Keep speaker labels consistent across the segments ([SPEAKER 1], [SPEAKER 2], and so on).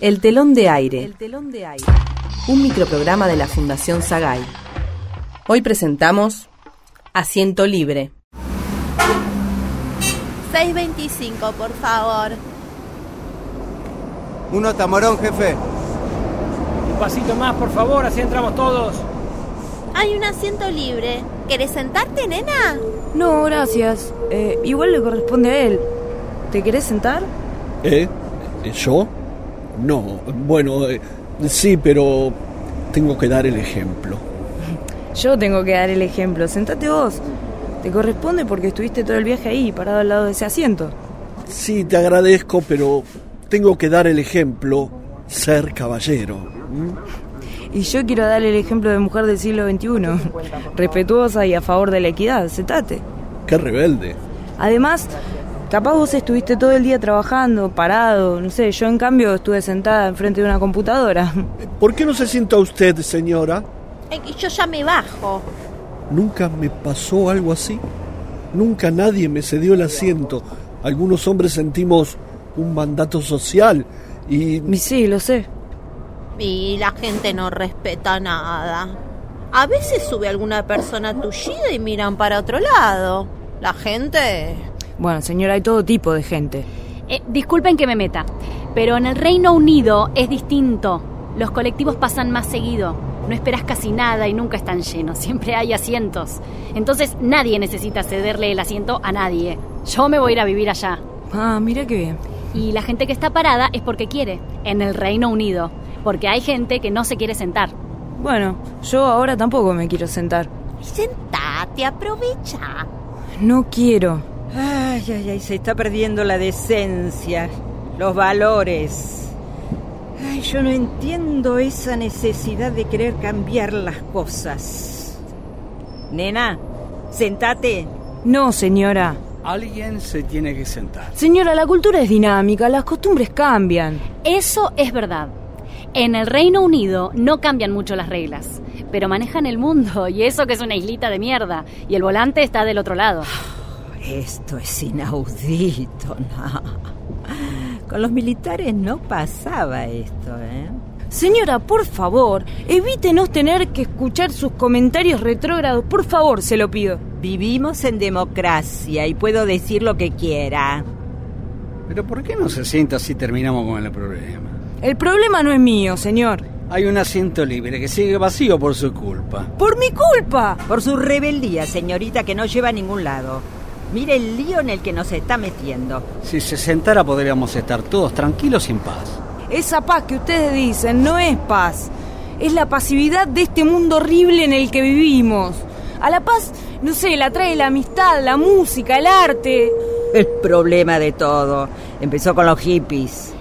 [SPEAKER 1] El telón de aire. Un microprograma de la Fundación Sagay. Hoy presentamos Asiento Libre.
[SPEAKER 2] 6.25, por favor.
[SPEAKER 3] Un otamorón, jefe.
[SPEAKER 4] Un pasito más, por favor, así entramos todos.
[SPEAKER 2] Hay un asiento libre. ¿Querés sentarte, nena?
[SPEAKER 5] No, gracias. Eh, igual le corresponde a él. ¿Te querés sentar?
[SPEAKER 6] ¿Eh? ¿Yo? No, bueno, eh, sí, pero tengo que dar el ejemplo.
[SPEAKER 5] Yo tengo que dar el ejemplo. Sentate vos. Te corresponde porque estuviste todo el viaje ahí, parado al lado de ese asiento.
[SPEAKER 6] Sí, te agradezco, pero tengo que dar el ejemplo, ser caballero. ¿m?
[SPEAKER 5] Y yo quiero dar el ejemplo de mujer del siglo XXI. Respetuosa y a favor de la equidad. Sentate.
[SPEAKER 6] Qué rebelde.
[SPEAKER 5] Además, capaz vos estuviste todo el día trabajando, parado, no sé, yo en cambio estuve sentada enfrente de una computadora.
[SPEAKER 6] ¿Por qué no se sienta usted, señora?
[SPEAKER 2] Eh, Yo ya me bajo.
[SPEAKER 6] Nunca me pasó algo así. Nunca nadie me cedió el asiento. Algunos hombres sentimos un mandato social y...
[SPEAKER 5] Y sí, lo sé.
[SPEAKER 2] Y la gente no respeta nada. A veces sube alguna persona tullida y miran para otro lado. La gente...
[SPEAKER 5] Bueno, señora, hay todo tipo de gente.
[SPEAKER 7] Eh, disculpen que me meta, pero en el Reino Unido es distinto. Los colectivos pasan más seguido. No esperas casi nada y nunca están llenos. Siempre hay asientos. Entonces nadie necesita cederle el asiento a nadie. Yo me voy a ir a vivir allá.
[SPEAKER 5] Ah, mira qué bien.
[SPEAKER 7] Y la gente que está parada es porque quiere, en el Reino Unido. Porque hay gente que no se quiere sentar.
[SPEAKER 5] Bueno, yo ahora tampoco me quiero sentar.
[SPEAKER 2] Sentate, aprovecha.
[SPEAKER 5] No quiero.
[SPEAKER 8] Ay, ay, ay, se está perdiendo la decencia, los valores. Ay, yo no entiendo esa necesidad de querer cambiar las cosas. Nena, sentate.
[SPEAKER 5] No, señora.
[SPEAKER 9] Alguien se tiene que sentar.
[SPEAKER 5] Señora, la cultura es dinámica, las costumbres cambian.
[SPEAKER 7] Eso es verdad. En el Reino Unido no cambian mucho las reglas, pero manejan el mundo y eso que es una islita de mierda y el volante está del otro lado.
[SPEAKER 8] Esto es inaudito, no. Con los militares no pasaba esto, ¿eh?
[SPEAKER 5] Señora, por favor, evítenos tener que escuchar sus comentarios retrógrados. Por favor, se lo pido.
[SPEAKER 8] Vivimos en democracia y puedo decir lo que quiera.
[SPEAKER 9] Pero ¿por qué no se sienta si terminamos con el problema?
[SPEAKER 5] El problema no es mío, señor.
[SPEAKER 9] Hay un asiento libre que sigue vacío por su culpa.
[SPEAKER 5] ¡Por mi culpa!
[SPEAKER 8] Por su rebeldía, señorita, que no lleva a ningún lado. Mire el lío en el que nos está metiendo.
[SPEAKER 9] Si se sentara podríamos estar todos tranquilos y en paz.
[SPEAKER 5] Esa paz que ustedes dicen no es paz. Es la pasividad de este mundo horrible en el que vivimos. A la paz, no sé, la trae la amistad, la música, el arte.
[SPEAKER 8] El problema de todo. Empezó con los hippies.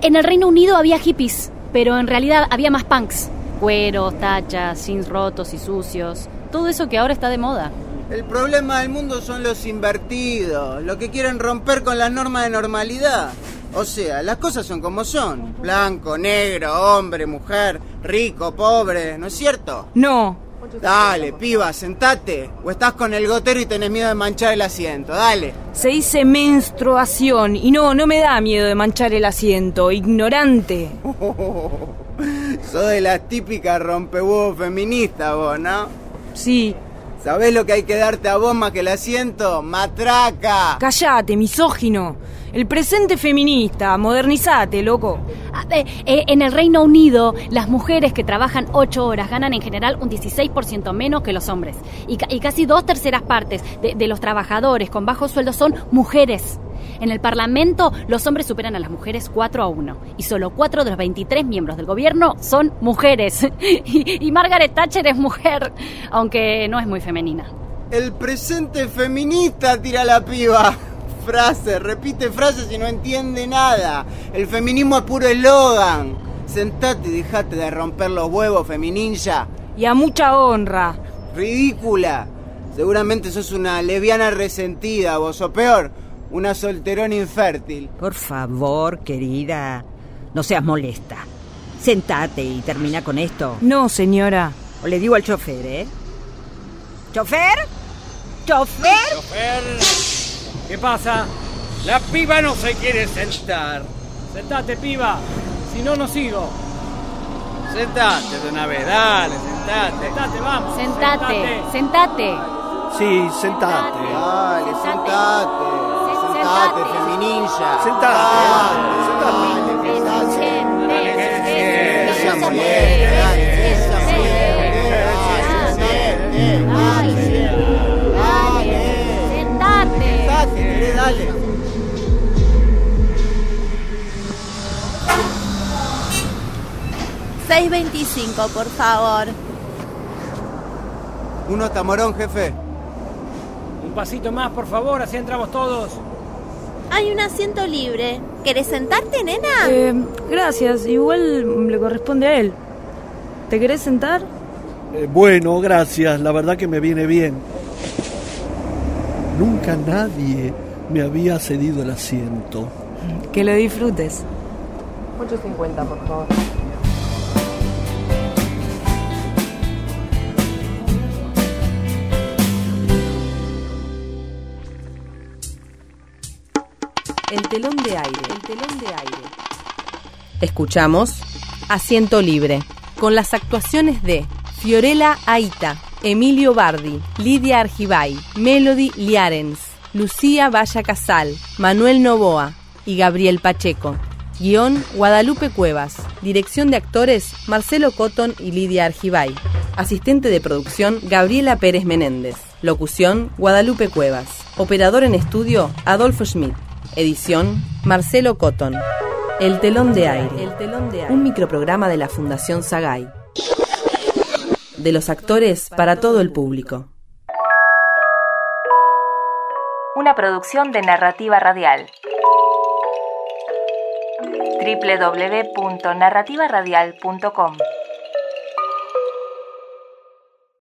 [SPEAKER 7] En el Reino Unido había hippies, pero en realidad había más punks. Cueros, tachas, jeans rotos y sucios. Todo eso que ahora está de moda.
[SPEAKER 3] El problema del mundo son los invertidos, los que quieren romper con la norma de normalidad. O sea, las cosas son como son. Blanco, negro, hombre, mujer, rico, pobre, ¿no es cierto?
[SPEAKER 5] No.
[SPEAKER 3] Dale, piba, sentate. O estás con el gotero y tenés miedo de manchar el asiento, dale.
[SPEAKER 5] Se dice menstruación y no, no me da miedo de manchar el asiento, ignorante.
[SPEAKER 3] Uh. Sos de las típicas rompehuevos feministas vos, ¿no?
[SPEAKER 5] Sí,
[SPEAKER 3] ¿Sabés lo que hay que darte a vos más que el asiento? ¡Matraca!
[SPEAKER 5] callate, misógino. El presente feminista, modernizate, loco.
[SPEAKER 7] Ah, eh, eh, en el Reino Unido, las mujeres que trabajan 8 horas ganan en general un 16% menos que los hombres. Y, ca- y casi dos terceras partes de, de los trabajadores con bajos sueldos son mujeres. En el Parlamento, los hombres superan a las mujeres 4 a 1. Y solo 4 de los 23 miembros del gobierno son mujeres. y, y Margaret Thatcher es mujer, aunque no es muy femenina.
[SPEAKER 3] El presente feminista tira la piba. Frase, repite frases y no entiende nada. El feminismo es puro eslogan. Sentate y dejate de romper los huevos, femininja.
[SPEAKER 5] Y a mucha honra.
[SPEAKER 3] Ridícula. Seguramente sos una leviana resentida, vos, o peor, una solterona infértil.
[SPEAKER 8] Por favor, querida, no seas molesta. Sentate y termina con esto.
[SPEAKER 5] No, señora.
[SPEAKER 8] O le digo al chofer, ¿eh? ¿Chofer? ¿Chofer?
[SPEAKER 4] ¿Qué pasa?
[SPEAKER 9] La piba no se quiere sentar.
[SPEAKER 4] Sentate, piba. Si no, no sigo.
[SPEAKER 10] Sentate de una vez, dale, sentate.
[SPEAKER 4] Sentate, vamos.
[SPEAKER 11] Sentate, sentate.
[SPEAKER 6] Sí, sentate.
[SPEAKER 7] Dale, sentate. Sentate, feminilla.
[SPEAKER 6] Sentate,
[SPEAKER 7] Dale, esa mujer, dale, esa mujer. Sentate, queré, dale.
[SPEAKER 2] $6.25, por favor.
[SPEAKER 7] Uno tamorón, jefe.
[SPEAKER 4] Un pasito más, por favor, así entramos todos.
[SPEAKER 2] Hay un asiento libre. ¿Querés sentarte, nena?
[SPEAKER 1] Eh, gracias, igual le corresponde a él. ¿Te querés sentar?
[SPEAKER 6] Eh, bueno, gracias, la verdad que me viene bien. Nunca nadie me había cedido el asiento.
[SPEAKER 1] Que lo disfrutes.
[SPEAKER 5] 8.50, por favor. El telón de aire, el telón de aire. Escuchamos Asiento Libre, con las actuaciones de Fiorella Aita, Emilio Bardi, Lidia Argibay, Melody Liarens, Lucía Valla Casal, Manuel Novoa y Gabriel Pacheco. Guión Guadalupe Cuevas. Dirección de actores Marcelo Cotton y Lidia Argibay. Asistente de producción Gabriela Pérez Menéndez. Locución Guadalupe Cuevas. Operador en estudio Adolfo Schmidt. Edición Marcelo Cotton. El telón de aire. El telón de aire. Un microprograma de la Fundación Sagay. De los actores para todo el público.
[SPEAKER 12] Una producción de narrativa radial. www.narrativaradial.com